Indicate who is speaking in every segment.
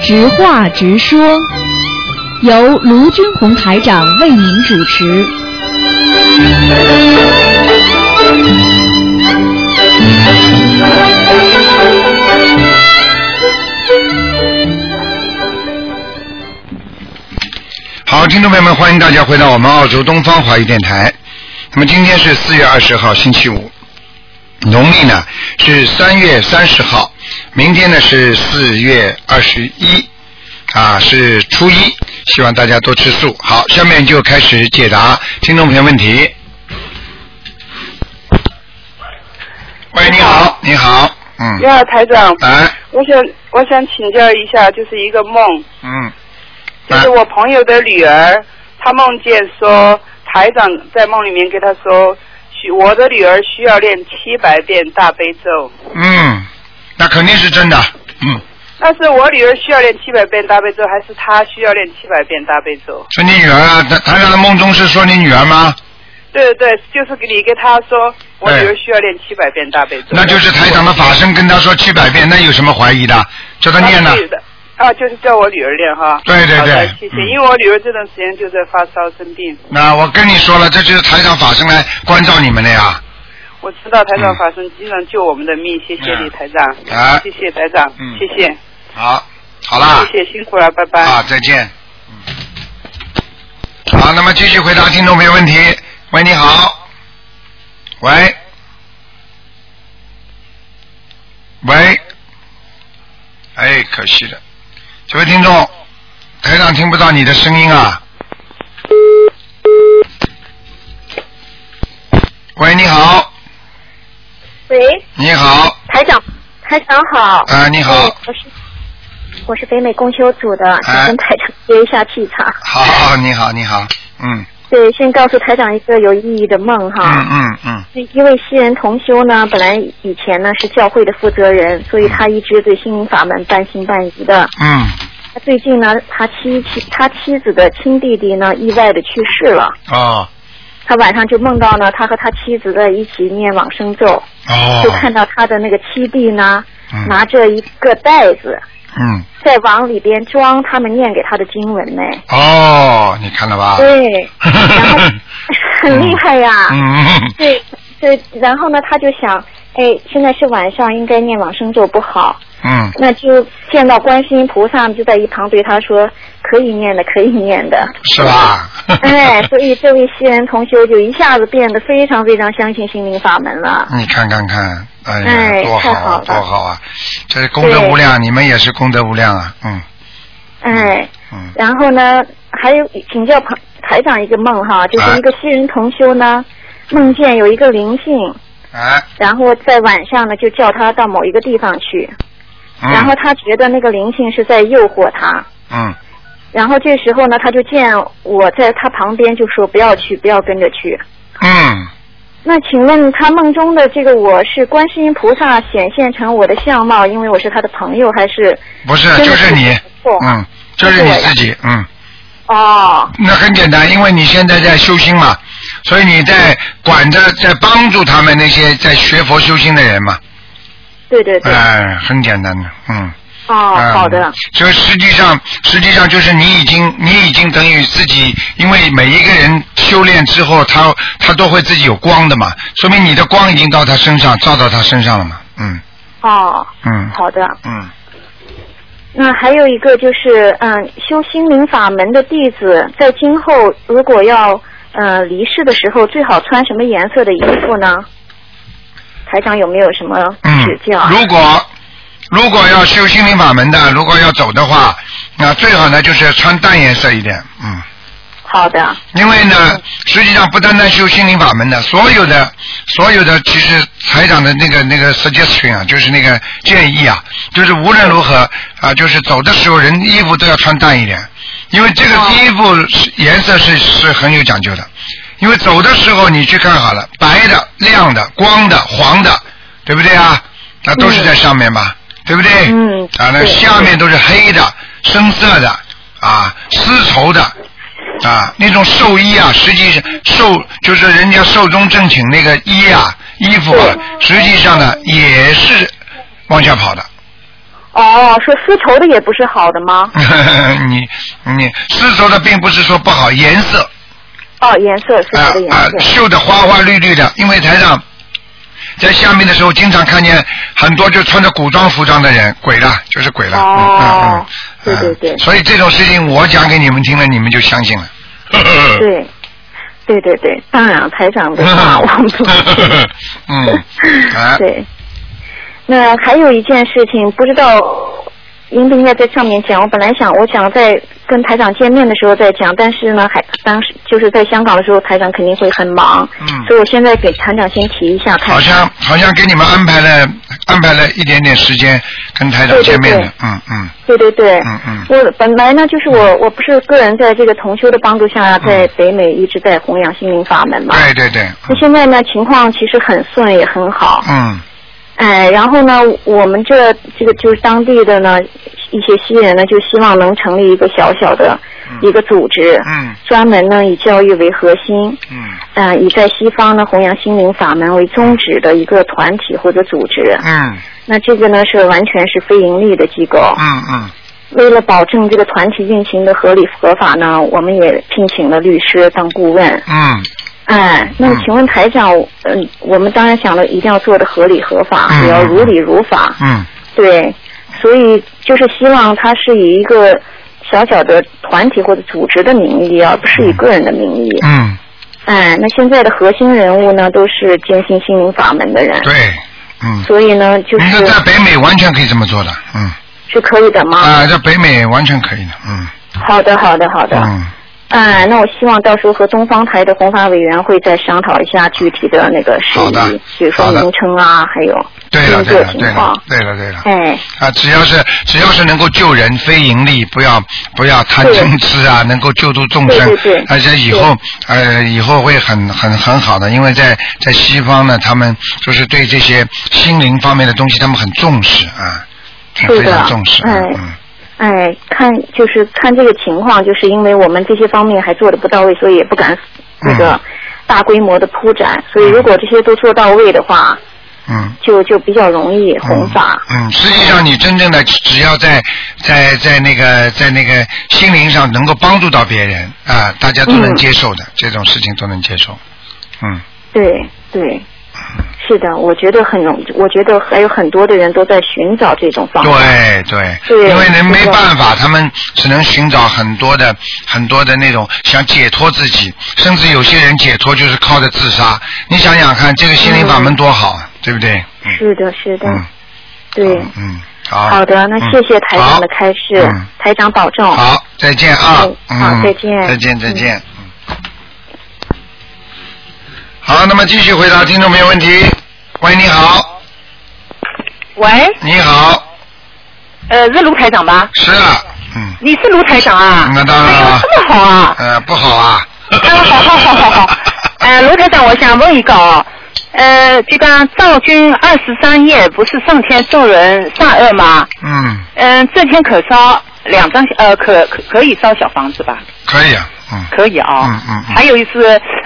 Speaker 1: 直话直说，由卢军红台长为您主持。
Speaker 2: 好，听众朋友们，欢迎大家回到我们澳洲东方华语电台。那么今天是四月二十号，星期五，农历呢是三月三十号，明天呢是四月二十一，啊是初一，希望大家多吃素。好，下面就开始解答听众朋友问题。喂，你好，你好，
Speaker 3: 你
Speaker 2: 嗯，
Speaker 3: 好，台长，
Speaker 2: 来，
Speaker 3: 我想我想请教一下，就是一个梦，
Speaker 2: 嗯，
Speaker 3: 就
Speaker 2: 来
Speaker 3: 是，我朋友的女儿，她梦见说台长在梦里面给她说，需我的女儿需要练七百遍大悲咒，
Speaker 2: 嗯，那肯定是真的，嗯，
Speaker 3: 那是我女儿需要练七百遍大悲咒，还是她需要练七百遍大悲咒？
Speaker 2: 是你女儿啊？他他在梦中是说你女儿吗？
Speaker 3: 对对对，就是给你跟她说，我
Speaker 2: 哎
Speaker 3: 女儿需要练七百遍大悲咒，
Speaker 2: 那就是台长的法身跟他说七百遍，那有什么怀疑的？叫他念呢
Speaker 3: 啊。对的啊，就是叫我女儿练哈。
Speaker 2: 对对
Speaker 3: 好的
Speaker 2: 对
Speaker 3: 谢谢。
Speaker 2: 嗯
Speaker 3: 因为我女儿这段时间就在发烧生病，
Speaker 2: 那我跟你说了，这就是台长法身来关照你们的呀。
Speaker 3: 我知道台
Speaker 2: 嗯
Speaker 3: 长法身经常救我们的命，谢谢
Speaker 2: 嗯
Speaker 3: 你台长，
Speaker 2: 啊
Speaker 3: 谢谢台长，
Speaker 2: 嗯
Speaker 3: 谢谢，
Speaker 2: 好，好啦，
Speaker 3: 谢谢辛苦了，拜拜。
Speaker 2: 啊，再见。嗯好，那么继续回答听众朋友问题。喂，你好。喂。喂。哎，可惜了，这位听众，台长听不到你的声音啊。喂，你好，
Speaker 4: 喂，
Speaker 2: 你好，
Speaker 4: 台长，台长好。
Speaker 2: 啊你好
Speaker 4: 哎我是我是北美公修组的，
Speaker 2: 哎
Speaker 4: 想跟台长接一下气场。
Speaker 2: 好，你好，你好，嗯，
Speaker 4: 对，先告诉台长一个有意义的梦
Speaker 2: 嗯
Speaker 4: 哈。
Speaker 2: 嗯嗯，
Speaker 4: 嗯、一位西人同修呢，本来以前呢是教会的负责人，所以他一直对心灵法门半信半疑的。
Speaker 2: 嗯，
Speaker 4: 他最近呢，他妻妻他妻子的亲弟弟呢意外的去世了，
Speaker 2: 哦，
Speaker 4: 他晚上就梦到呢，他和他妻子在一起念往生咒，
Speaker 2: 哦，
Speaker 4: 就看到他的那个七弟呢
Speaker 2: 嗯
Speaker 4: 拿着一个袋子。
Speaker 2: 嗯，
Speaker 4: 再往里边装他们念给他的经文呢。
Speaker 2: 哦，你看了吧？
Speaker 4: 对，然后很厉害呀。
Speaker 2: 嗯，
Speaker 4: 对对，然后呢，他就想，哎，现在是晚上，应该念往生咒不好，
Speaker 2: 嗯，
Speaker 4: 那就见到观世音菩萨就在一旁对他说，可以念的，可以念的。
Speaker 2: 是吧？
Speaker 4: 哎，所以这位西人同修就一下子变得非常非常相信心灵法门了。
Speaker 2: 你看看看，哎呀，
Speaker 4: 哎
Speaker 2: 多好
Speaker 4: 太好
Speaker 2: 啊，
Speaker 4: 了
Speaker 2: 多好啊！这是功德无量，你们也是功德无量啊，嗯
Speaker 4: 哎，
Speaker 2: 嗯
Speaker 4: 然后呢，还有请教朋台长一个梦
Speaker 2: 啊
Speaker 4: 哈，就是一个西人同修呢，梦见有一个灵性，
Speaker 2: 哎，
Speaker 4: 然后在晚上呢就叫他到某一个地方去，
Speaker 2: 嗯
Speaker 4: 然后他觉得那个灵性是在诱惑他，
Speaker 2: 嗯
Speaker 4: 然后这时候呢他就见我在他旁边就说不要去，不要跟着去。
Speaker 2: 嗯，
Speaker 4: 那请问他梦中的这个我是观世音菩萨显现成我的相貌，因为我是他的朋友，还是
Speaker 2: 不是，啊
Speaker 4: 真
Speaker 2: 就
Speaker 4: 的
Speaker 2: 是你
Speaker 4: 不错，
Speaker 2: 嗯，就是你自己，嗯。
Speaker 4: 哦
Speaker 2: 那很简单，因为你现在在修心嘛，所以你在管着，在帮助他们那些在学佛修心的人嘛，
Speaker 4: 对对对，
Speaker 2: 哎、很简单的，嗯。
Speaker 4: 哦
Speaker 2: 嗯
Speaker 4: 好的，。
Speaker 2: 所以实际上，实际上就是你已经，你已经等于自己，因为每一个人修炼之后，他他都会自己有光的嘛，说明你的光已经到他身上，照到他身上了嘛。嗯
Speaker 4: 哦
Speaker 2: 嗯
Speaker 4: 好的，
Speaker 2: 嗯
Speaker 4: 那还有一个就是，嗯，修心灵法门的弟子，在今后如果要呃离世的时候，最好穿什么颜色的衣服呢？台长有没有什么指
Speaker 2: 嗯
Speaker 4: 教？。
Speaker 2: 如果如果要修心灵法门的，如果要走的话，那最好呢就是穿淡颜色一点，嗯。
Speaker 4: 好的，
Speaker 2: 因为呢，实际上不单单修心灵法门的，所有的所有的其实台长的那个那个 suggestion 啊，就是那个建议啊，就是无论如何啊，就是走的时候人衣服都要穿淡一点，因为这个
Speaker 4: 哦
Speaker 2: 衣服是颜色是是很有讲究的，因为走的时候你去看好了，白的、亮的、光的、黄的，对不对啊？那都是在上面吧，对不对？
Speaker 4: 嗯
Speaker 2: 啊，那
Speaker 4: 对
Speaker 2: 下面都是黑的、深色的啊、丝绸的啊，那种寿衣啊，实际上寿就是人家寿终正寝那个衣啊、衣服啊，实际上呢也是往下跑的。
Speaker 4: 哦，说丝绸的也不是好的吗？
Speaker 2: 你你丝绸的并不是说不好，颜色
Speaker 4: 哦，颜色，丝
Speaker 2: 啊
Speaker 4: 绸的颜
Speaker 2: 啊
Speaker 4: 色。
Speaker 2: 绣的花花绿绿的，因为台上在下面的时候，经常看见很多就穿着古装服装的人，鬼了，就是鬼了。
Speaker 4: 哦
Speaker 2: 嗯嗯嗯，
Speaker 4: 对对
Speaker 2: 嗯
Speaker 4: 对
Speaker 2: 所以这种事情我讲给你们听了，你们就相信了。
Speaker 4: 对，对对对，当然台长的话我们不信。
Speaker 2: 嗯， 啊，
Speaker 4: 对。那还有一件事情，不知道您不应该在上面讲。我本来想，我想在跟台长见面的时候再讲，但是呢，还当时就是在香港的时候，台长肯定会很忙，
Speaker 2: 嗯
Speaker 4: 所以我现在给台长先提一下看。
Speaker 2: 好像好像给你们安排了安排了一点点时间跟台长
Speaker 4: 对对
Speaker 2: 见面的
Speaker 4: 对，
Speaker 2: 嗯嗯
Speaker 4: 对对对，
Speaker 2: 嗯嗯
Speaker 4: 我本来呢，就是我我不是个人在这个同修的帮助下，在北美一直在弘扬心灵法门嘛。
Speaker 2: 嗯对对对，
Speaker 4: 那现在呢，情况其实很顺，也很好。
Speaker 2: 嗯
Speaker 4: 哎，然后呢，我们这这个就是当地的呢一些西人呢，就希望能成立一个小小的一个组织，
Speaker 2: 嗯
Speaker 4: 专门呢以教育为核心，
Speaker 2: 嗯
Speaker 4: 嗯、以在西方呢弘扬心灵法门为宗旨的一个团体或者组织。
Speaker 2: 嗯
Speaker 4: 那这个呢是完全是非盈利的机构。
Speaker 2: 嗯嗯，
Speaker 4: 为了保证这个团体运行的合理合法呢，我们也聘请了律师当顾问。
Speaker 2: 嗯
Speaker 4: 哎，那么
Speaker 2: 嗯
Speaker 4: 请问台长，嗯，我们当然想了一定要做的合理合法，
Speaker 2: 嗯
Speaker 4: 也要
Speaker 2: 嗯
Speaker 4: 如理如法。
Speaker 2: 嗯
Speaker 4: 对，所以就是希望它是以一个小小的团体或者组织的名义，而不是以个人的名义。
Speaker 2: 嗯，
Speaker 4: 哎，那现在的核心人物呢，都是坚信心灵法门的人，
Speaker 2: 对，嗯，
Speaker 4: 所以呢，就
Speaker 2: 你说
Speaker 4: 是
Speaker 2: 在北美完全可以这么做的，嗯
Speaker 4: 是可以的吗？
Speaker 2: 啊，在北美完全可以的，嗯
Speaker 4: 好的，好的，好的。
Speaker 2: 嗯，
Speaker 4: 哎，那我希望到时候和东方台的红发委员会再商讨一下具体的那个事
Speaker 2: 好的
Speaker 4: 宜，比如说
Speaker 2: 好的
Speaker 4: 名称啊，还有
Speaker 2: 对了对
Speaker 4: 工作
Speaker 2: 了对
Speaker 4: 情
Speaker 2: 了
Speaker 4: 况。
Speaker 2: 对了对了。
Speaker 4: 哎，
Speaker 2: 啊，只要是只要是能够救人，非盈利，不要不要贪
Speaker 4: 对
Speaker 2: 嗔痴啊，能够救度众生，
Speaker 4: 对对对
Speaker 2: 而且以后呃以后会很很很好的，因为在在西方呢，他们就是对这些心灵方面的东西，他们很重视啊，
Speaker 4: 对
Speaker 2: 非
Speaker 4: 的
Speaker 2: 常重视，
Speaker 4: 哎
Speaker 2: 嗯
Speaker 4: 哎，看就是看这个情况，就是因为我们这些方面还做的不到位，所以也 不敢那个大规模的铺展。所以如果这些都做到位的话，
Speaker 2: 嗯
Speaker 4: 就就比较容易弘法。
Speaker 2: 嗯，嗯实际上你真正的只要在在在那个在那个心灵上能够帮助到别人啊，大家都能
Speaker 4: 嗯
Speaker 2: 接受的、这种事情都能接受，嗯。
Speaker 4: 对对，是的，我觉得很容，我觉得还有很多的人都在寻找这种方法。
Speaker 2: 对对，
Speaker 4: 对
Speaker 2: 因为人没
Speaker 4: 是的
Speaker 2: 办法，他们只能寻找很多的很多的那种想解脱自己，甚至有些人解脱就是靠着自杀。你想想看，这个心灵法门多好，啊，对不对？嗯
Speaker 4: 是的，是的，
Speaker 2: 嗯，
Speaker 4: 对。
Speaker 2: 嗯嗯，好。
Speaker 4: 好的，那谢谢台长的开示，
Speaker 2: 嗯好
Speaker 4: 台长保
Speaker 5: 哦
Speaker 4: 重。
Speaker 2: 嗯好，再见啊。
Speaker 4: 嗯
Speaker 2: 嗯，
Speaker 4: 好再见
Speaker 2: 再见，再
Speaker 4: 嗯
Speaker 2: 见。嗯好，那么继续回答听众朋友问题。喂，你好，
Speaker 5: 喂，
Speaker 2: 你好，
Speaker 5: 呃，是卢台长吧？
Speaker 2: 是啊，嗯，
Speaker 5: 你是卢台长啊？
Speaker 2: 那当然了
Speaker 5: 哎呦这么好啊！
Speaker 2: 呃，不好 啊。
Speaker 5: 哎，好好好好好。 呃，卢台长，我想问一个哦，呃，这个赵军二十三夜不是上天送人善恶吗？
Speaker 2: 嗯，
Speaker 5: 嗯、这天可烧两张，呃，可可可以烧小房子吧？
Speaker 2: 可以啊，嗯。
Speaker 5: 可以啊、
Speaker 2: 嗯嗯嗯
Speaker 5: 还有一是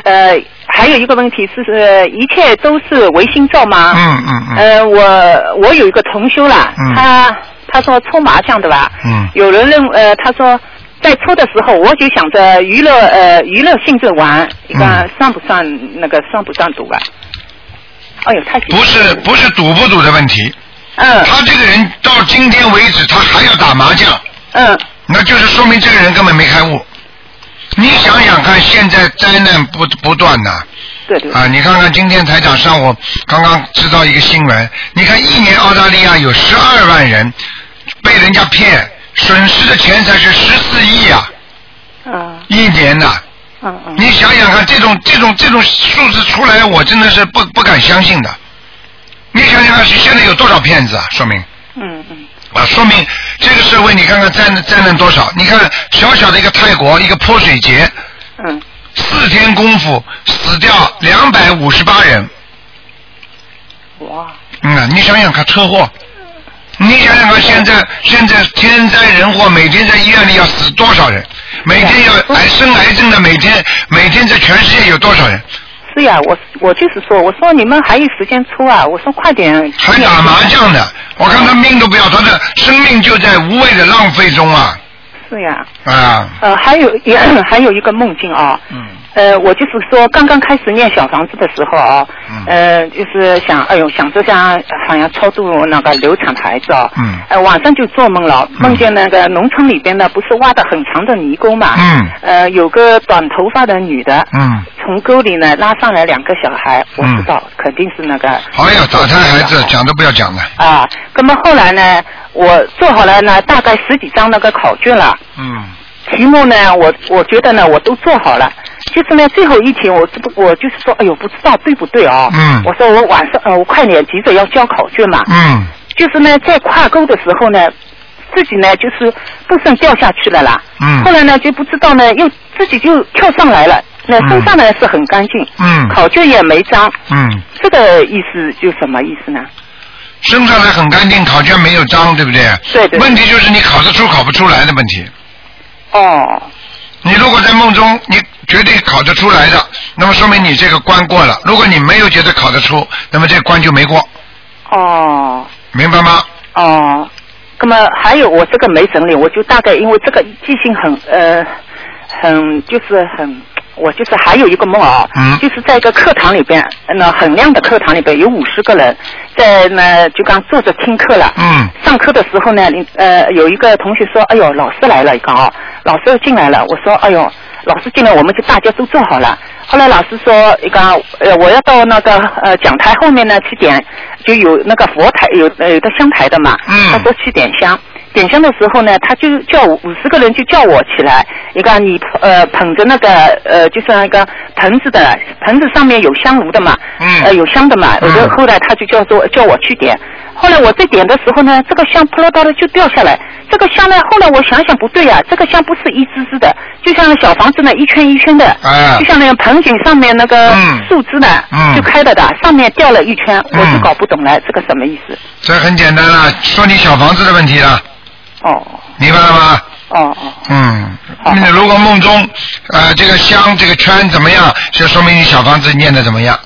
Speaker 5: 呃，还有一个问题是，呃，一切都是唯心造吗？
Speaker 2: 嗯嗯嗯。
Speaker 5: 呃，我我有一个同修啦，
Speaker 2: 嗯
Speaker 5: 他他说搓麻将的吧，
Speaker 2: 嗯
Speaker 5: 有人认呃，他说在搓的时候，我就想着娱乐呃娱乐性质玩，一
Speaker 2: 嗯
Speaker 5: 个算不算那个算不算赌啊？哎呦，太紧张
Speaker 2: 不是不是赌不赌的问题，
Speaker 5: 嗯
Speaker 2: 他这个人到今天为止，他还要打麻将，
Speaker 5: 嗯
Speaker 2: 那就是说明这个人根本没开悟。你想想看，现在灾难不不断呐、
Speaker 5: 对对
Speaker 2: 啊！你看看今天台长上午刚刚知道一个新闻，你看一年澳大利亚有十二万人被人家骗，损失的钱财是十四亿啊，
Speaker 5: 嗯
Speaker 2: 一年呐、
Speaker 5: 嗯嗯
Speaker 2: 你想想看，这种这种这种数字出来，我真的是不不敢相信的。你想想看，现在有多少骗子啊？说明
Speaker 5: 嗯嗯
Speaker 2: 啊，说明这个社会，你看看灾难灾难多少？你看小小的一个泰国，一个泼水节，
Speaker 5: 嗯
Speaker 2: 四天功夫死掉两百五十八人。
Speaker 5: 嗯，哇，
Speaker 2: 嗯啊，你想想看，车祸。你想想看，现在现在天灾人祸，每天在医院里要死哎多少人？每天要癌生癌症的，每天每天在全世界有多少人？
Speaker 5: 是呀，我我就是说，我说你们还有时间出啊，我说快点。
Speaker 2: 还啊打麻将呢，我看他命都不要，他的生命就在无谓的浪费中啊
Speaker 5: 是呀，
Speaker 2: 啊！
Speaker 5: 呃，还有也还有一 个梦境啊，
Speaker 2: 嗯，
Speaker 5: 呃，我就是说刚刚开始念小房子的时候啊，
Speaker 2: 嗯
Speaker 5: 呃，就是想，哎呦，想着想好像超度那个流产的孩子啊，
Speaker 2: 嗯
Speaker 5: 呃，晚上就做梦了，
Speaker 2: 嗯
Speaker 5: 梦见那个农村里边呢，不是挖的很长的泥沟嘛，
Speaker 2: 嗯
Speaker 5: 呃，有个短头发的女的，
Speaker 2: 嗯，
Speaker 5: 从沟里呢拉上来两个小孩，我
Speaker 2: 嗯
Speaker 5: 知道、肯定是那个
Speaker 2: 哎呀，打胎孩子讲都不要讲了，
Speaker 5: 啊，那么后来呢，我做好了呢大概十几张那个考卷了。
Speaker 2: 嗯
Speaker 5: 题目呢，我我觉得呢，我都做好了。就是呢，最后一题我这不我就是说，哎呦，不知道对不对啊、
Speaker 2: 嗯
Speaker 5: 我说我晚上呃，我快点急着要交考卷嘛。
Speaker 2: 嗯，
Speaker 5: 就是呢，在跨沟的时候呢，自己呢就是不慎掉下去了啦。
Speaker 2: 嗯
Speaker 5: 后来呢就不知道呢，又自己就跳上来了。那
Speaker 2: 嗯
Speaker 5: 身上呢是很干净，
Speaker 2: 嗯
Speaker 5: 考卷也没脏。
Speaker 2: 嗯，
Speaker 5: 这个意思就什么意思呢？
Speaker 2: 生上来很干净，考卷没有脏，对不对？
Speaker 5: 对对
Speaker 2: 问题就是你考得出考不出来的问题。
Speaker 5: 哦，
Speaker 2: 你如果在梦中，你绝对考得出来的，那么说明你这个关过了；如果你没有觉得考得出，那么这关就没过，
Speaker 5: 哦。
Speaker 2: 明白吗？
Speaker 5: 哦，那么还有我这个没整理，我就大概因为这个记性很呃很就是很。我就是还有一个梦啊，
Speaker 2: 嗯
Speaker 5: 就是在一个课堂里边，那很亮的课堂里边有五十个人，在呢就刚坐着听课了。
Speaker 2: 嗯
Speaker 5: 上课的时候呢，你呃有一个同学说，哎呦，老师来了，一个啊，老师进来了。我说，哎呦，老师进来，我们就大家都坐好了。后来老师说，一个呃，我要到那个呃讲台后面呢去点，就有那个佛台有呃有个香台的嘛。
Speaker 2: 嗯
Speaker 5: 他说去点香。点香的时候呢，他就叫我五十个人就叫我起来，一个你呃捧着那个呃就是那个盆子的盆子上面有香炉的嘛，
Speaker 2: 嗯
Speaker 5: 呃有香的嘛，我就
Speaker 2: 嗯
Speaker 5: 后来他就叫做叫我去点，后来我在点的时候呢，这个香扑啦哒的就掉下来。这个香呢，后来我想想不对呀、这个香不是一支支的，就像小房子呢一圈一圈的，
Speaker 2: 哎
Speaker 5: 就像那个盆景上面那个
Speaker 2: 嗯
Speaker 5: 树枝呢、
Speaker 2: 嗯
Speaker 5: 就开了的，上面掉了一圈，
Speaker 2: 嗯
Speaker 5: 我就搞不懂了，这个什么意思？
Speaker 2: 这很简单了，说你小房子的问题了，
Speaker 5: 哦
Speaker 2: 明白了吗？
Speaker 5: 哦哦
Speaker 2: 嗯，
Speaker 5: 好
Speaker 2: 那如果梦中，呃，这个香这个圈怎么样，就说明你小房子念的怎么样，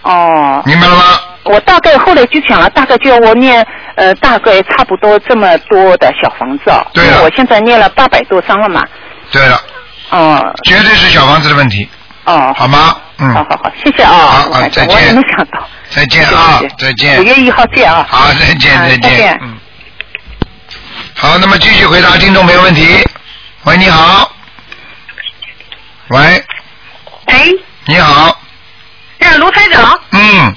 Speaker 5: 哦，
Speaker 2: 明白了吗？
Speaker 5: 我大概后来就想了，大概就要我念呃大概差不多这么多的小房子哦，
Speaker 2: 对啊
Speaker 5: 因为我现在念了八百多张了嘛，
Speaker 2: 对了，
Speaker 5: 哦
Speaker 2: 绝对是小房子的问题，
Speaker 5: 哦，
Speaker 2: 好吗？
Speaker 5: 好
Speaker 2: 嗯，
Speaker 5: 好好，谢谢啊，
Speaker 2: 好
Speaker 5: 我
Speaker 2: 好
Speaker 6: 哎
Speaker 5: 感觉
Speaker 2: 再见
Speaker 5: 我也没想到。
Speaker 2: 再见啊，再
Speaker 5: 五
Speaker 2: 见。
Speaker 5: 月一号见啊。
Speaker 2: 好，再见，
Speaker 5: 啊
Speaker 2: 再
Speaker 5: 再见
Speaker 2: 嗯。好，那么继续回答听众朋友问题。喂，你好。喂，
Speaker 6: 哎，
Speaker 2: 你好。
Speaker 6: 哎，卢台长，
Speaker 2: 嗯，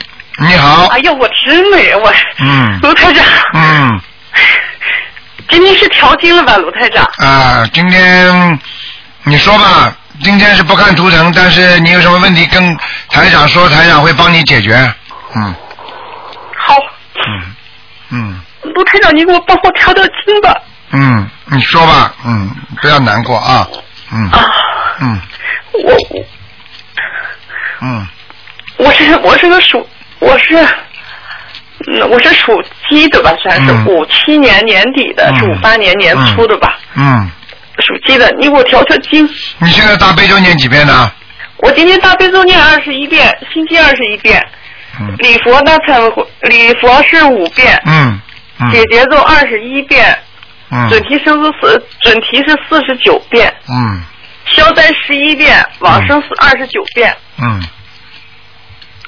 Speaker 2: 你好。
Speaker 6: 哎呀，我真美，我
Speaker 2: 嗯
Speaker 6: 卢台长，
Speaker 2: 嗯
Speaker 6: 今天是调经了吧，卢台长？
Speaker 2: 啊，今天你说吧，今天是不看图腾，但是你有什么问题跟台长说，台长会帮你解决。嗯
Speaker 6: 好，
Speaker 2: 嗯嗯
Speaker 6: 卢台长，你给我帮我调调经吧。
Speaker 2: 嗯，你说吧，嗯，不要难过啊，嗯
Speaker 6: 啊，
Speaker 2: 嗯
Speaker 6: 我我
Speaker 2: 嗯
Speaker 6: 我是我是个属我是。嗯，我是属鸡的吧，算是
Speaker 2: 嗯
Speaker 6: 五七年年底的，
Speaker 2: 嗯
Speaker 6: 是五八年年初的吧，
Speaker 2: 嗯，
Speaker 6: 属鸡的。你给我调调经。
Speaker 2: 你现在大悲咒念几遍呢？
Speaker 6: 我今天大悲咒念二十一遍，心经二十一遍，
Speaker 2: 嗯
Speaker 6: 礼佛呢，忏悔礼佛是五遍，
Speaker 2: 嗯嗯
Speaker 6: 解结咒二十一遍，
Speaker 2: 嗯
Speaker 6: 准提生是四，准提是四十九遍，
Speaker 2: 嗯
Speaker 6: 消灾十一遍，往生是二十九遍。
Speaker 2: 嗯，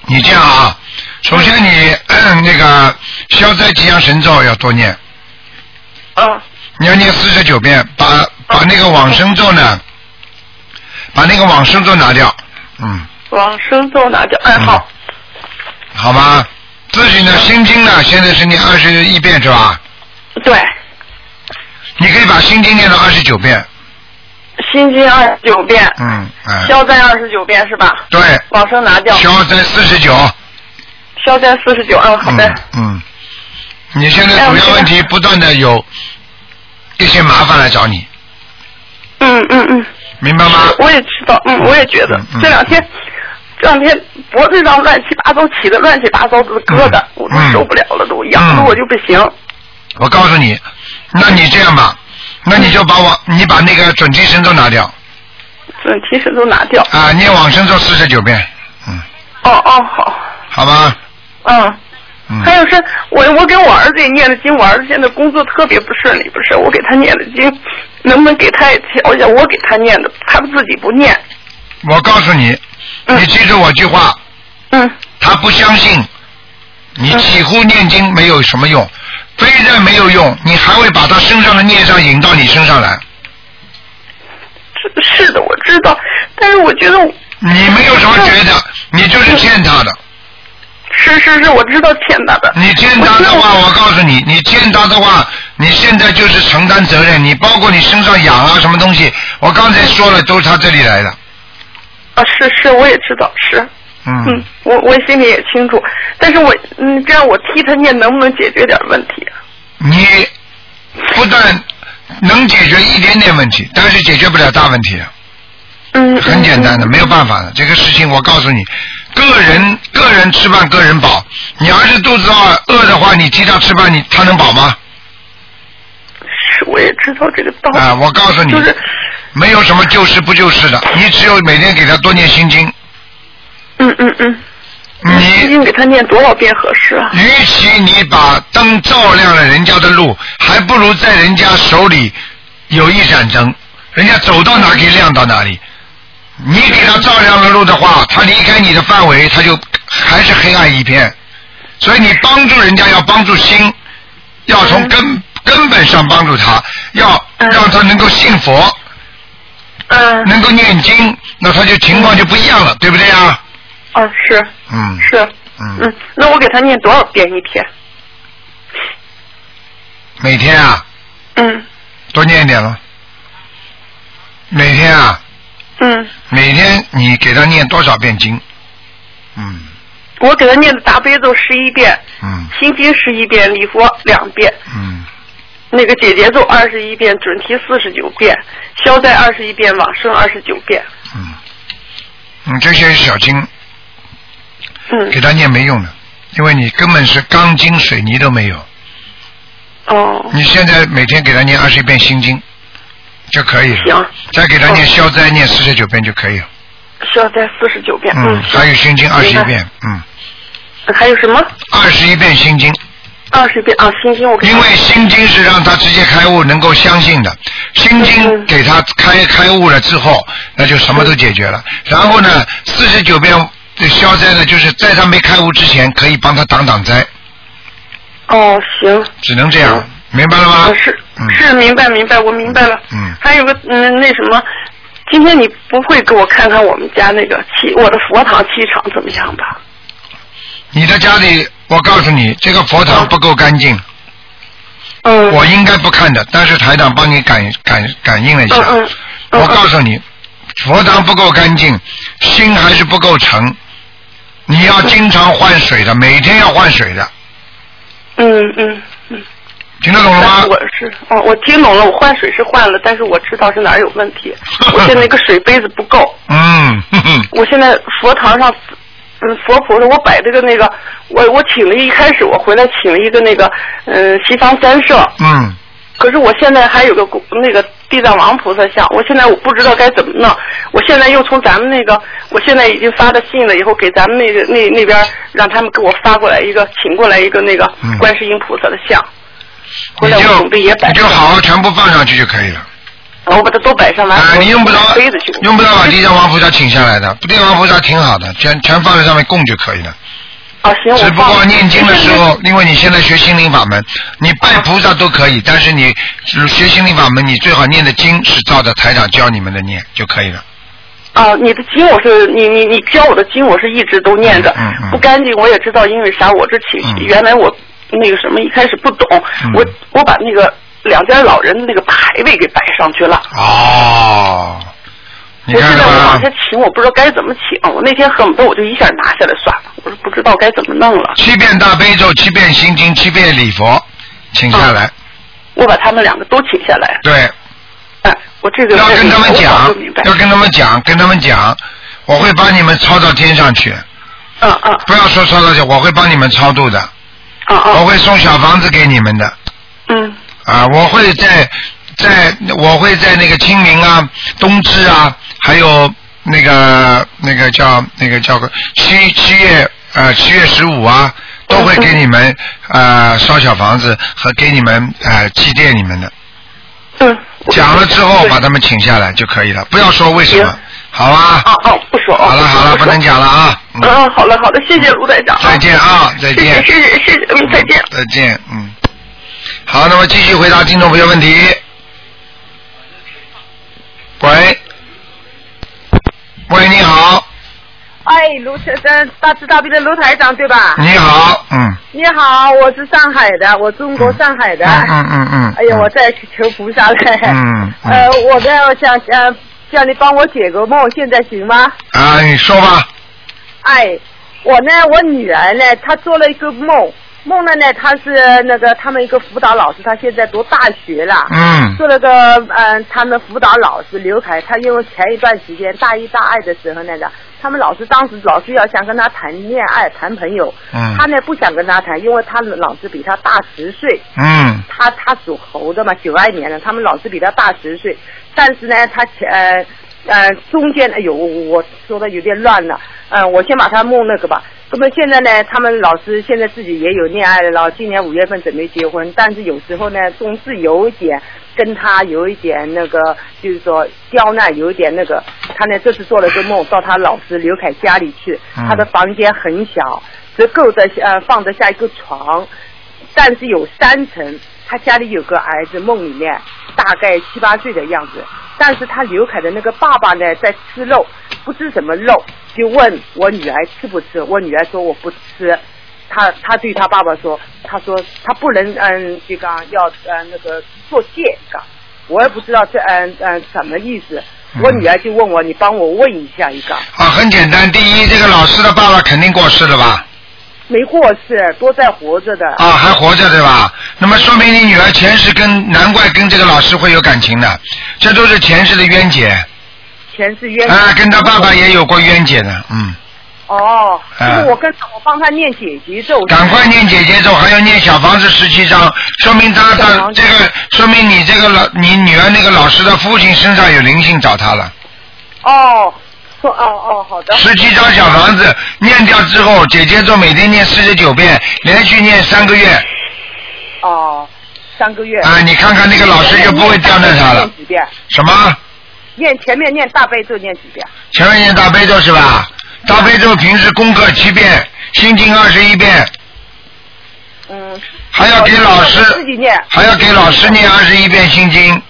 Speaker 2: 你这样啊，首先你 那个消灾吉祥神咒要多念，
Speaker 6: 嗯
Speaker 2: 你要念四十九遍，把把那个往生咒呢，把那个往生咒拿掉，嗯，
Speaker 6: 往生咒拿掉。哎，
Speaker 2: 嗯
Speaker 6: 好，嗯
Speaker 2: 好吧？自己呢，心经呢，现在是念二十一遍是吧？嗯
Speaker 6: 对，
Speaker 2: 你可以把心经念到二十九遍，
Speaker 6: 心经二十九遍，
Speaker 2: 嗯，哎，
Speaker 6: 消灾二十九遍是吧？
Speaker 2: 对，
Speaker 6: 往生拿掉，
Speaker 2: 消灾四十九，
Speaker 6: 消灾四十九。嗯，好的哎
Speaker 2: 嗯。嗯，你现在主要问题不断的有一些麻烦来找你，
Speaker 6: 嗯嗯嗯，
Speaker 2: 明白吗？
Speaker 6: 我也知道，嗯，我也觉得
Speaker 2: 嗯嗯
Speaker 6: 这两天。这两天脖子上乱七八糟起的乱七八糟的疙瘩
Speaker 2: 嗯，
Speaker 6: 我都受不了了，都痒
Speaker 2: 嗯
Speaker 6: 的我就不行。
Speaker 2: 我告诉你，那你这样吧，那你就把往你把那个准提神咒拿掉
Speaker 6: 准提神都拿掉，
Speaker 2: 啊啊，念往生咒四十九遍，嗯，
Speaker 6: 哦哦好，
Speaker 2: 好吧？
Speaker 6: 嗯。
Speaker 2: 嗯。
Speaker 6: 还有是我我给我儿子也念了经，我儿子现在工作特别不顺利，不是我给他念了经，能不能给他也调一下？我给他念的，他自己不念。
Speaker 2: 我告诉你，
Speaker 6: 嗯
Speaker 2: 你记住我句话，
Speaker 6: 嗯
Speaker 2: 他不相信，你几乎念经没有什么用，非但没有用，你还会把他身上的孽障引到你身上来。
Speaker 6: 是是的，我知道，但是我觉得我
Speaker 2: 你没有什么觉得，你就是欠他的。
Speaker 6: 是是是，我知道欠他的。
Speaker 2: 你欠他的话，我告诉你，你欠他的话，你现在就是承担责任，你包括你身上痒啊什么东西，我刚才说了，都是他这里来的。
Speaker 6: 啊，是是，我也知道是。嗯
Speaker 2: 嗯，，
Speaker 6: 我我心里也清楚，但是我嗯，这样我替他念能不能解决点问题？啊
Speaker 2: 你不但能解决一点点问题，但是解决不了大问题。啊
Speaker 6: 嗯，
Speaker 2: 很简单的，
Speaker 6: 嗯
Speaker 2: 没有办法的。这个事情我告诉你，个人个人吃饭个人饱。你要是肚子饿饿的话，你替他吃饭，你他能饱吗？
Speaker 6: 嗯是，我也知道这个道理。
Speaker 2: 啊，我告诉你，
Speaker 6: 就是，
Speaker 2: 没有什么救世不救世的，你只有每天给他多念心经。
Speaker 6: 嗯嗯嗯，最
Speaker 2: 你
Speaker 6: 近给他念多少遍合适啊？
Speaker 2: 与其你把灯照亮了人家的路，还不如在人家手里有一盏灯，人家走到哪里亮到哪里。你给他照亮了路的话，他离开你的范围，他就还是黑暗一片。所以你帮助人家要帮助心，要从根、根本上帮助他，要
Speaker 6: 嗯
Speaker 2: 让他能够信佛，
Speaker 6: 嗯，
Speaker 2: 能够念经，那他就情况就不一样了，对不对啊？
Speaker 6: 哦，是
Speaker 2: 嗯
Speaker 6: 是，
Speaker 2: 嗯
Speaker 6: 嗯，，那我给他念多少遍一天？
Speaker 2: 每天啊
Speaker 6: 嗯
Speaker 2: 多念一点了，每天啊。
Speaker 6: 嗯，
Speaker 2: 每天你给他念多少遍经？嗯
Speaker 6: 我给他念的大悲咒十一遍，
Speaker 2: 嗯
Speaker 6: 心经十一遍，礼佛两遍，
Speaker 2: 嗯，
Speaker 6: 那个解结咒二十一遍，准提四十九遍，消灾二十一遍，往生二十九遍。
Speaker 2: 嗯，你这些小经
Speaker 6: 嗯
Speaker 2: 给，他念没用的，因为你根本是钢筋水泥都没有。
Speaker 6: 哦，
Speaker 2: 你现在每天给他念二十一遍心经就可以了，
Speaker 6: 行，
Speaker 2: 再给他念消灾念四十九遍就可以了。
Speaker 6: 消灾四十九遍。
Speaker 2: 嗯，还有心经二十一
Speaker 6: 明白
Speaker 2: 遍，嗯，
Speaker 6: 还有什么？
Speaker 2: 二十一遍心经，
Speaker 6: 二十遍啊，心经我给他
Speaker 2: 因为心经是让他直接开悟，能够相信的。心经
Speaker 6: 嗯
Speaker 2: 给他开开悟了之后，那就什么都解决了。然后呢，四十九遍的消灾呢，就是在他没开悟之前，可以帮他挡挡灾，
Speaker 6: 哦，行，
Speaker 2: 只能这
Speaker 6: 嗯
Speaker 2: 样，明白了吗
Speaker 6: 我？是
Speaker 2: 嗯
Speaker 6: 是明白明白，我明白了。
Speaker 2: 嗯
Speaker 6: 还有个嗯那什么，今天你不会给我看看我们家那个气我的佛堂气场怎么样吧？
Speaker 2: 你的家里，我告诉你，这个佛堂不够干净，
Speaker 6: 嗯，
Speaker 2: 我应该不看的，但是台长帮你感感感应了一下。
Speaker 6: 嗯嗯嗯，
Speaker 2: 我告诉你，佛堂不够干净，心还是不够诚。你要经常换水的，每天要换水的，
Speaker 6: 嗯嗯嗯，
Speaker 2: 听得懂了
Speaker 6: 但
Speaker 2: 吗
Speaker 6: 是？我是哦，我听懂了，我换水是换了，但是我知道是哪儿有问 题，我现在那个水杯子不够。
Speaker 2: 嗯，哼哼，
Speaker 6: 我现在佛堂上，嗯，佛菩萨，我摆这个那个，我我请了一开始我回来请了一个那个，嗯，西方三圣，
Speaker 2: 嗯，
Speaker 6: 可是我现在还有个古那个地藏王菩萨像，我现在我不知道该怎么弄，我现在又从咱们那个，我现在已经发的信了，以后给咱们那个那那边让他们给我发过来一个，请过来一个那个
Speaker 2: 嗯
Speaker 6: 观世音菩萨的像，回
Speaker 2: 你
Speaker 6: 来我
Speaker 2: 就
Speaker 6: 准备也摆
Speaker 2: 你就好好全部放上去就可以了。
Speaker 6: 我把它都摆上完，
Speaker 2: 啊，
Speaker 6: 我
Speaker 2: 你用不着
Speaker 6: 我背着去，
Speaker 2: 用不着把地藏王菩萨请下来的，地藏王菩萨挺好的，全全放在上面供就可以了。
Speaker 6: 啊，行，我
Speaker 2: 只不
Speaker 6: 放
Speaker 2: 过念经的时
Speaker 6: 现在
Speaker 2: 候，因为你现在学心灵法门，你拜菩萨都可以，但是你学心灵法门，你最好念的经是照着台长教你们的念就可以了。
Speaker 6: 啊，你的经我是你你你教我的经我是一直都念着，
Speaker 2: 嗯嗯嗯
Speaker 6: 不干净我也知道，因为啥我这起、
Speaker 2: 嗯
Speaker 6: 原来我那个什么一开始不懂，
Speaker 2: 嗯
Speaker 6: 我我把那个两家老人的那个牌位给摆上去了。
Speaker 2: 哦，你
Speaker 6: 我
Speaker 2: 看啊
Speaker 6: 现在
Speaker 2: 了
Speaker 6: 我
Speaker 2: 吧
Speaker 6: 往下？请，我不知道该怎么请。我那天恨不得我就一下拿下来算了，我说不知道该怎么弄了。
Speaker 2: 七遍大悲咒，七遍心经，七遍礼佛，请下
Speaker 6: 哦
Speaker 2: 来。
Speaker 6: 我把他们两个都请下来。
Speaker 2: 对，
Speaker 6: 哎，我这个
Speaker 2: 要
Speaker 6: 问
Speaker 2: 跟
Speaker 6: 题
Speaker 2: 他们
Speaker 6: 我早
Speaker 2: 讲
Speaker 6: 就明白，
Speaker 2: 要跟他们讲，跟他们讲，我会把你们抄到天上去。
Speaker 6: 嗯嗯
Speaker 2: 不要说抄到天，我会帮你们超度的，
Speaker 6: 嗯
Speaker 2: 我
Speaker 6: 嗯
Speaker 2: 会送小房子给你们的。
Speaker 6: 嗯
Speaker 2: 啊，我会在在我会在那个清明啊、冬至啊，还有那个那个叫那个叫个七七月呃七月十五啊，都会给你们呃烧小房子和给你们呃祭奠你们的。
Speaker 6: 嗯。我
Speaker 2: 讲了之后
Speaker 6: 对
Speaker 2: 把他们请下来就可以了，不要说为什么
Speaker 6: 行，
Speaker 2: 好啊。
Speaker 6: 哦哦，不说哦。
Speaker 2: 好了好了，不能讲了啊。嗯
Speaker 6: 嗯、啊，好了好的，谢谢卢台长。
Speaker 2: 再见啊，再见。
Speaker 6: 谢谢谢谢谢谢，嗯，再见。
Speaker 2: 再见，嗯。好，那么继续回答听众朋友问题。喂，喂，你好，
Speaker 7: 哎，卢先生，大慈大悲的卢台长对吧？
Speaker 2: 你好，嗯，
Speaker 7: 你好，我是上海的，我中国上海的。
Speaker 2: 嗯嗯嗯嗯。
Speaker 7: 哎呀，我在求菩萨嘞。
Speaker 2: 嗯嗯
Speaker 7: 呃，我呢，我想呃，叫你帮我解个梦，现在行吗？
Speaker 2: 啊，你说吧，
Speaker 7: 哎，我呢，我女儿呢，她做了一个梦，梦了呢，她是那个他们一个辅导老师，她现在读大学了。
Speaker 2: 嗯
Speaker 7: 做了个嗯，他们辅导老师刘凯，他因为前一段时间大一大二的时候那个，他们老师当时老师要想跟他谈恋爱谈朋友，
Speaker 2: 嗯
Speaker 7: 他呢不想跟他谈，因为他老师比他大十岁，
Speaker 2: 嗯
Speaker 7: 他他属猴的嘛，九二年的，他们老师比他大十岁，但是呢，他前呃呃中间哎呦，我我说的有点乱了，嗯、我先把他梦那个吧。那么现在呢，他们老师现在自己也有恋爱了，然后今年五月份准备结婚，但是有时候呢，总是有一点跟他有一点那个，就是说刁难，有一点那个。他呢这次做了个梦，到他老师刘凯家里去，
Speaker 2: 嗯
Speaker 7: 他的房间很小，只够得呃放得下一个床，但是有三层，他家里有个儿子，梦里面大概七八岁的样子，但是他刘凯的那个爸爸呢在吃肉，不吃什么肉，就问我女儿吃不吃，我女儿说我不吃。他他对他爸爸说，他说他不能嗯，这个啊要嗯那个做戒个，我也不知道这嗯嗯什么意思
Speaker 2: 嗯。
Speaker 7: 我女儿就问我，你帮我问一下一个，
Speaker 2: 啊，很简单，第一，这个老师的爸爸肯定过世了吧？
Speaker 7: 没过世，都在活着的。
Speaker 2: 啊，还活着对吧？那么说明你女儿前世跟难怪跟这个老师会有感情的，这都是前世的冤结，
Speaker 7: 前世冤
Speaker 2: 啊，跟他爸爸也有过冤结的，嗯。
Speaker 7: 哦，就
Speaker 2: 啊
Speaker 7: 是我跟他我帮他念解结咒，
Speaker 2: 赶快念姐姐咒，还要念小房子十七章，说明他
Speaker 7: 小
Speaker 2: 的
Speaker 7: 房子
Speaker 2: 这个，说明你这个老你女儿那个老师的父亲身上有灵性找他了。
Speaker 7: 哦，说哦哦好的，
Speaker 2: 十七张小房子念掉之后，姐姐咒每天念四十九遍，连续念三个月，
Speaker 7: 哦，三个月
Speaker 2: 啊，你看看那个老师就不会刁难他了
Speaker 7: 念。几遍？
Speaker 2: 什么？
Speaker 7: 念前面念大悲咒念几遍？
Speaker 2: 前面念大悲咒是吧？大悲咒平时功课七遍，心经二十一遍，
Speaker 7: 嗯，
Speaker 2: 还要给老师
Speaker 7: 自己哦念，
Speaker 2: 还要给老师念二十一遍心经。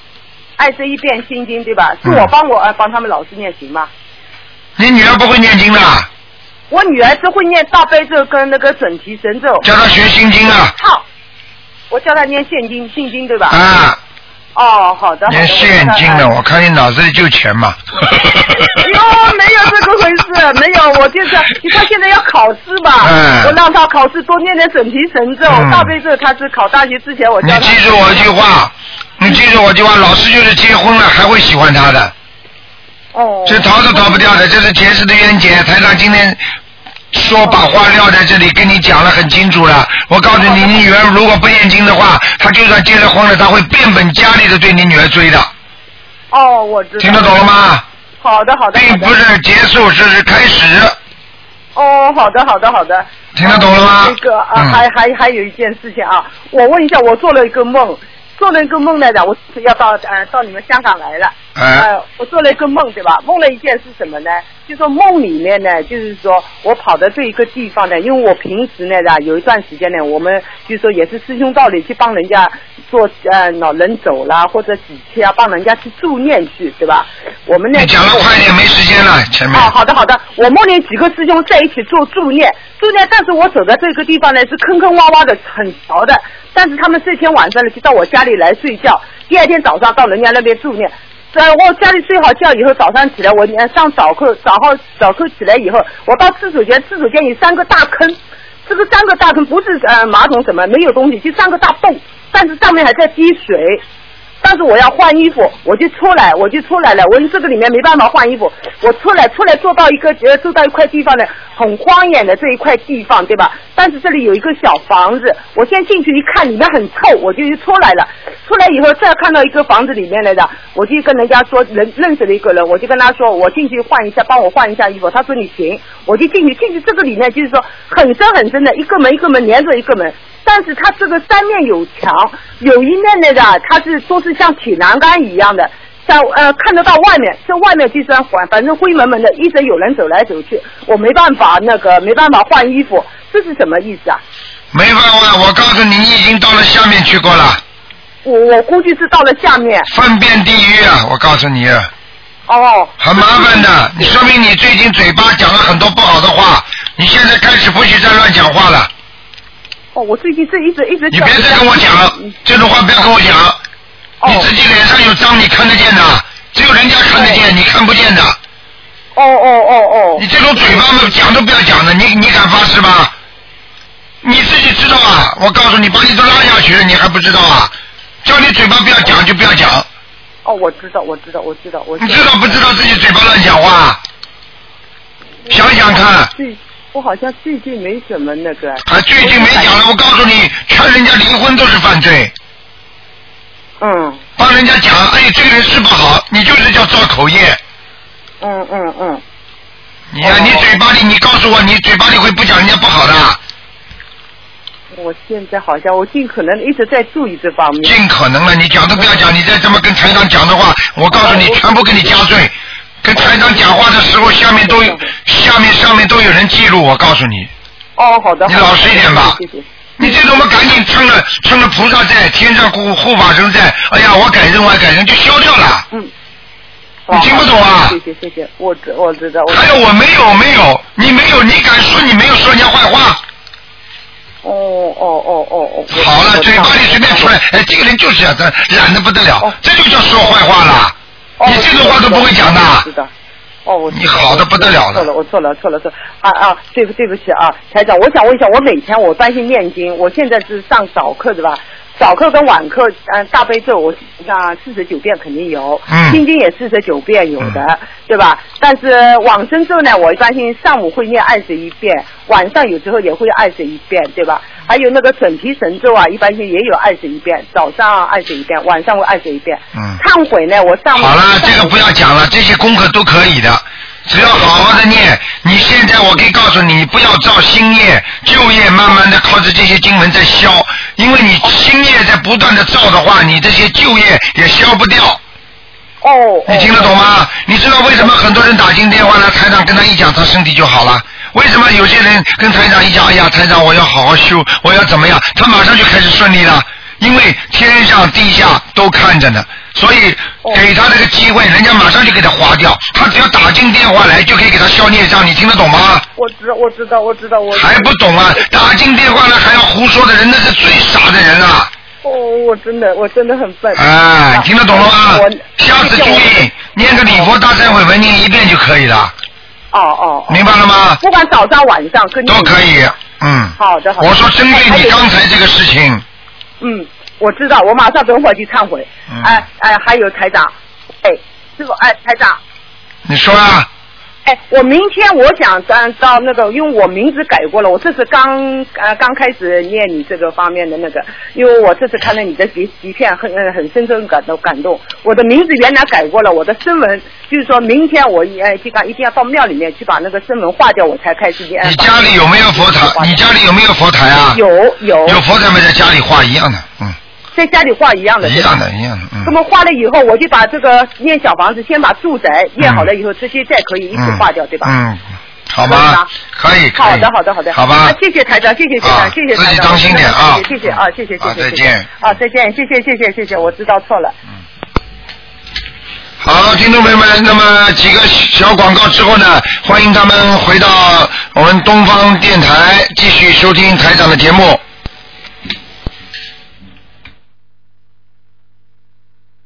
Speaker 7: 二十一遍心经对吧？是
Speaker 2: 嗯
Speaker 7: 我帮我、呃帮他们老师念行吗？
Speaker 2: 你女儿不会念经的，
Speaker 7: 哦我女儿只会念大悲咒跟那个准提神咒。
Speaker 2: 叫她学心经啊
Speaker 7: 好，我叫她念现经，信经对吧？
Speaker 2: 啊！
Speaker 7: 哦，好的。好的
Speaker 2: 念现经的，。我看你脑子里就钱嘛。
Speaker 7: 哟，哎没有这个回事，没有，我就是，你看现在要考试吧，
Speaker 2: 嗯
Speaker 7: 我让她考试多念点准提神咒、
Speaker 2: 嗯
Speaker 7: 大悲咒，她是考大学之前我
Speaker 2: 你
Speaker 7: 教她
Speaker 2: 记。住我一句话，你记住我一句话，老师就是结婚了还会喜欢他的，
Speaker 7: 哦。
Speaker 2: 这逃都逃不掉的，这是前世的冤结。台长今天说把话撂在这里，跟你讲了很清楚了。我告诉你，你女儿如果不念经的话，她就算结了婚了，她会变本加厉的对你女儿追的，
Speaker 7: 哦，我知道。
Speaker 2: 听得懂了？吗？
Speaker 7: 好的，好的。好
Speaker 2: 并
Speaker 7: 的
Speaker 2: 不是结束，这是开始，
Speaker 7: 哦，好的，好的，好的。
Speaker 2: 听得懂了吗？
Speaker 7: 那个啊，
Speaker 2: 嗯
Speaker 7: 还还还有一件事情啊，我问一下，我做了一个梦，做了一个梦来着，我要到呃到你们香港来了，
Speaker 2: 哎
Speaker 7: 呃，我做了一个梦对吧？梦了一件是什么呢？就说梦里面呢，就是说我跑到这一个地方呢，因为我平时呢有一段时间呢，我们就说也是师兄道里去帮人家做呃老人走啦，或者几期啊，帮人家去助念去，对吧？我们呢，
Speaker 2: 你讲的快点，没时间了，前面。
Speaker 7: 哦，好的好的，我梦见几个师兄在一起做助念，助念，但是我走的这个地方呢是坑坑洼洼的，很潮的，但是他们这天晚上呢就到我家里来睡觉，第二天早上到人家那边助念。在我家里睡好觉以后，早上起来我呃上早课，早上早课起来以后，我到厕所间，厕所间有三个大坑，这个三个大坑不是呃马桶什么，没有东西，就三个大洞，但是上面还在滴水。但是我要换衣服，我就出来，我就出来了。我这个里面没办法换衣服，我出来，出来坐到一个呃坐到一块地方呢，很荒野的这一块地方，对吧？但是这里有一个小房子，我先进去一看，里面很臭，我就出来了。出
Speaker 5: 出来以后再看到一个房子里面来的，我就跟人家说人认识了一个人，我就跟他说我进去换一下，帮我换一下衣服。他说你行，我就进去。进去这个里面就是说很深很深的一个门一个门连着一个门，但是它这个三面有墙，有一面那个它是说是像铁栏杆一样的。在呃看得到外面，这外面就是反反正灰蒙蒙的，一直有人走来走去，我没办法那个没办法换衣服，这是什么意思啊？
Speaker 2: 没办法，我告诉你，你已经到了下面去过了，
Speaker 5: 我我估计是到了下面
Speaker 2: 粪便地狱啊！我告诉你，
Speaker 5: 哦，
Speaker 2: 很麻烦的。你说明你最近嘴巴讲了很多不好的话，你现在开始不许再乱讲话了。
Speaker 5: 哦，我最近这一直一直
Speaker 2: 你别再跟我讲了，这种话不要跟我讲。
Speaker 5: 哦
Speaker 2: 你自己脸上有脏，你看得见的，只有人家看得见，你看不见的。
Speaker 5: 哦哦哦哦
Speaker 2: 你这种嘴巴嘛，讲都不要讲的，你你敢发誓吗？你自己知道啊！我告诉你，把你都拉下去了，你还不知道啊？叫你嘴巴不要讲就不要讲，
Speaker 5: 哦，我知道我知道我知道我
Speaker 2: 你知道不知道自己嘴巴乱讲话？想想看，
Speaker 5: 最我好像最近没什么那个
Speaker 2: 啊，最近没讲了，我告诉你，劝人家离婚都是犯罪。
Speaker 5: 嗯
Speaker 2: 帮人家讲，哎，这个人是不好，你就是叫造口业。
Speaker 5: 嗯嗯嗯，
Speaker 2: 你呀、
Speaker 5: 哦
Speaker 2: 你嘴巴里，你告诉我，你嘴巴里会不讲人家不好的，
Speaker 5: 我现在好像我尽可能一直在注意这方面。
Speaker 2: 尽可能了，你讲都不要讲，你再这么跟台长讲的话，我告诉你，全部给你加罪。跟台长讲话的时候，下面都有，下面上面都有人记录，我告诉你，
Speaker 5: 哦，好的，
Speaker 2: 你
Speaker 5: 好的
Speaker 2: 老实一点吧
Speaker 5: 谢谢。谢谢
Speaker 2: 你这种嘛，赶紧趁着趁着菩萨在，天上护护法神在，哎呀，我改正，我改正，就消掉了。
Speaker 5: 嗯，
Speaker 2: 你听不懂啊
Speaker 5: 谢谢谢谢，我知我知道，我知
Speaker 2: 还
Speaker 5: 道
Speaker 2: 有我没有没有，你没有，你敢说你没有说人家坏话？
Speaker 5: 哦哦哦哦哦。我
Speaker 2: 好了，
Speaker 5: 我
Speaker 2: 嘴
Speaker 5: 知道嗯
Speaker 2: 巴里随便出来，哎，这个人就是这样的，懒得不得了，这就叫说坏话了。
Speaker 5: 哦
Speaker 2: 你这种话都不会讲的
Speaker 5: 我知道。哦，我知道
Speaker 2: 你好得不得了了
Speaker 5: 我错了，我错了，错了，错了啊啊！对不，对不起啊，台长，我想问一下，我每天我专心念经，我现在是上早课对吧？早课跟晚课，嗯、大悲咒我那四十九遍肯定有，
Speaker 2: 嗯
Speaker 5: 心经也四十九遍有的，对吧？但是往生咒呢，我一般性上午会念二十一遍，晚上有时候也会二十一遍，对吧？还有那个准提神咒啊，一般性也有二十一遍，早上二十一遍，晚上会二十一遍。
Speaker 2: 嗯
Speaker 5: 忏悔呢，我上午
Speaker 2: 好了，
Speaker 5: 上
Speaker 2: 这个不要讲了，这些功课都可以的，只要好好的念。你现在我可以告诉你，你不要造新业，旧业慢慢的靠着这些经文在消，因为你新业在不断的造的话，你这些旧业也消不掉。
Speaker 5: 哦，
Speaker 2: 你听得懂吗？你知道为什么很多人打进电话来，台长跟他一讲，他身体就好了？为什么有些人跟台长一讲，哎呀，台长我要好好修，我要怎么样，他马上就开始顺利了？因为天上地下都看着呢，所以给他这个机会，人家马上就给他划掉。他只要打进电话来，就可以给他消孽障。你听得懂吗？
Speaker 5: 我知道，我知道，我知道，我知道
Speaker 2: 还不懂啊？打进电话来还要胡说的人，那是最傻的人了。
Speaker 5: 哦，我真的，我真的很笨。
Speaker 2: 哎，听得懂了吗
Speaker 5: 我？
Speaker 2: 下次注意念个礼佛大忏悔文，念一遍就可以了。
Speaker 5: 哦哦，哦
Speaker 2: 明白了吗？
Speaker 5: 不管早上晚上跟你
Speaker 2: 都可。以，嗯。
Speaker 5: 好的好的
Speaker 2: 我说针对
Speaker 5: 还有
Speaker 2: 你刚才这个事情，
Speaker 5: 嗯，我知道，我马上等会儿去忏悔。
Speaker 2: 嗯
Speaker 5: 哎哎，还有台长，哎，师傅，哎，台长，
Speaker 2: 你说啊，
Speaker 5: 哎，我明天我想到到那个，因为我名字改过了，我这次刚呃刚开始念你这个方面的那个，因为我这次看了你的集集片，很呃很深深感动感动。我的名字原来改过了，我的声纹就是说明天我呃这个一定要到庙里面去把那个声纹化掉，我才开始念。哎
Speaker 2: 你家里有没有佛台？你家里有没有佛台啊？
Speaker 5: 有有
Speaker 2: 有佛台没？在家里画一样的，嗯，
Speaker 5: 在家里画一样的，
Speaker 2: 一样的，一样的，
Speaker 5: 那
Speaker 2: 嗯。
Speaker 5: 么画了以后，我就把这个念小房子，先把住宅念好了以后，这些再可以一起
Speaker 2: 嗯
Speaker 5: 化掉，对吧？
Speaker 2: 嗯，好
Speaker 5: 可以
Speaker 2: 吧
Speaker 5: 吧，
Speaker 2: 可以，可以
Speaker 5: 好的，好的，好的。
Speaker 2: 好吧
Speaker 5: 啊，谢谢台长，谢谢台
Speaker 2: 啊
Speaker 5: 长，谢谢
Speaker 2: 自
Speaker 5: 台
Speaker 2: 己
Speaker 5: 长。
Speaker 2: 当心点啊
Speaker 5: 谢谢啊，谢谢谢
Speaker 2: 啊
Speaker 5: 谢。
Speaker 2: 再
Speaker 5: 谢谢
Speaker 2: 见。
Speaker 5: 啊，再见，谢谢谢谢谢谢，我知道错了。
Speaker 2: 好，听众朋友们，那么几个小广告之后呢，欢迎他们回到我们东方电台继续收听台长的节目。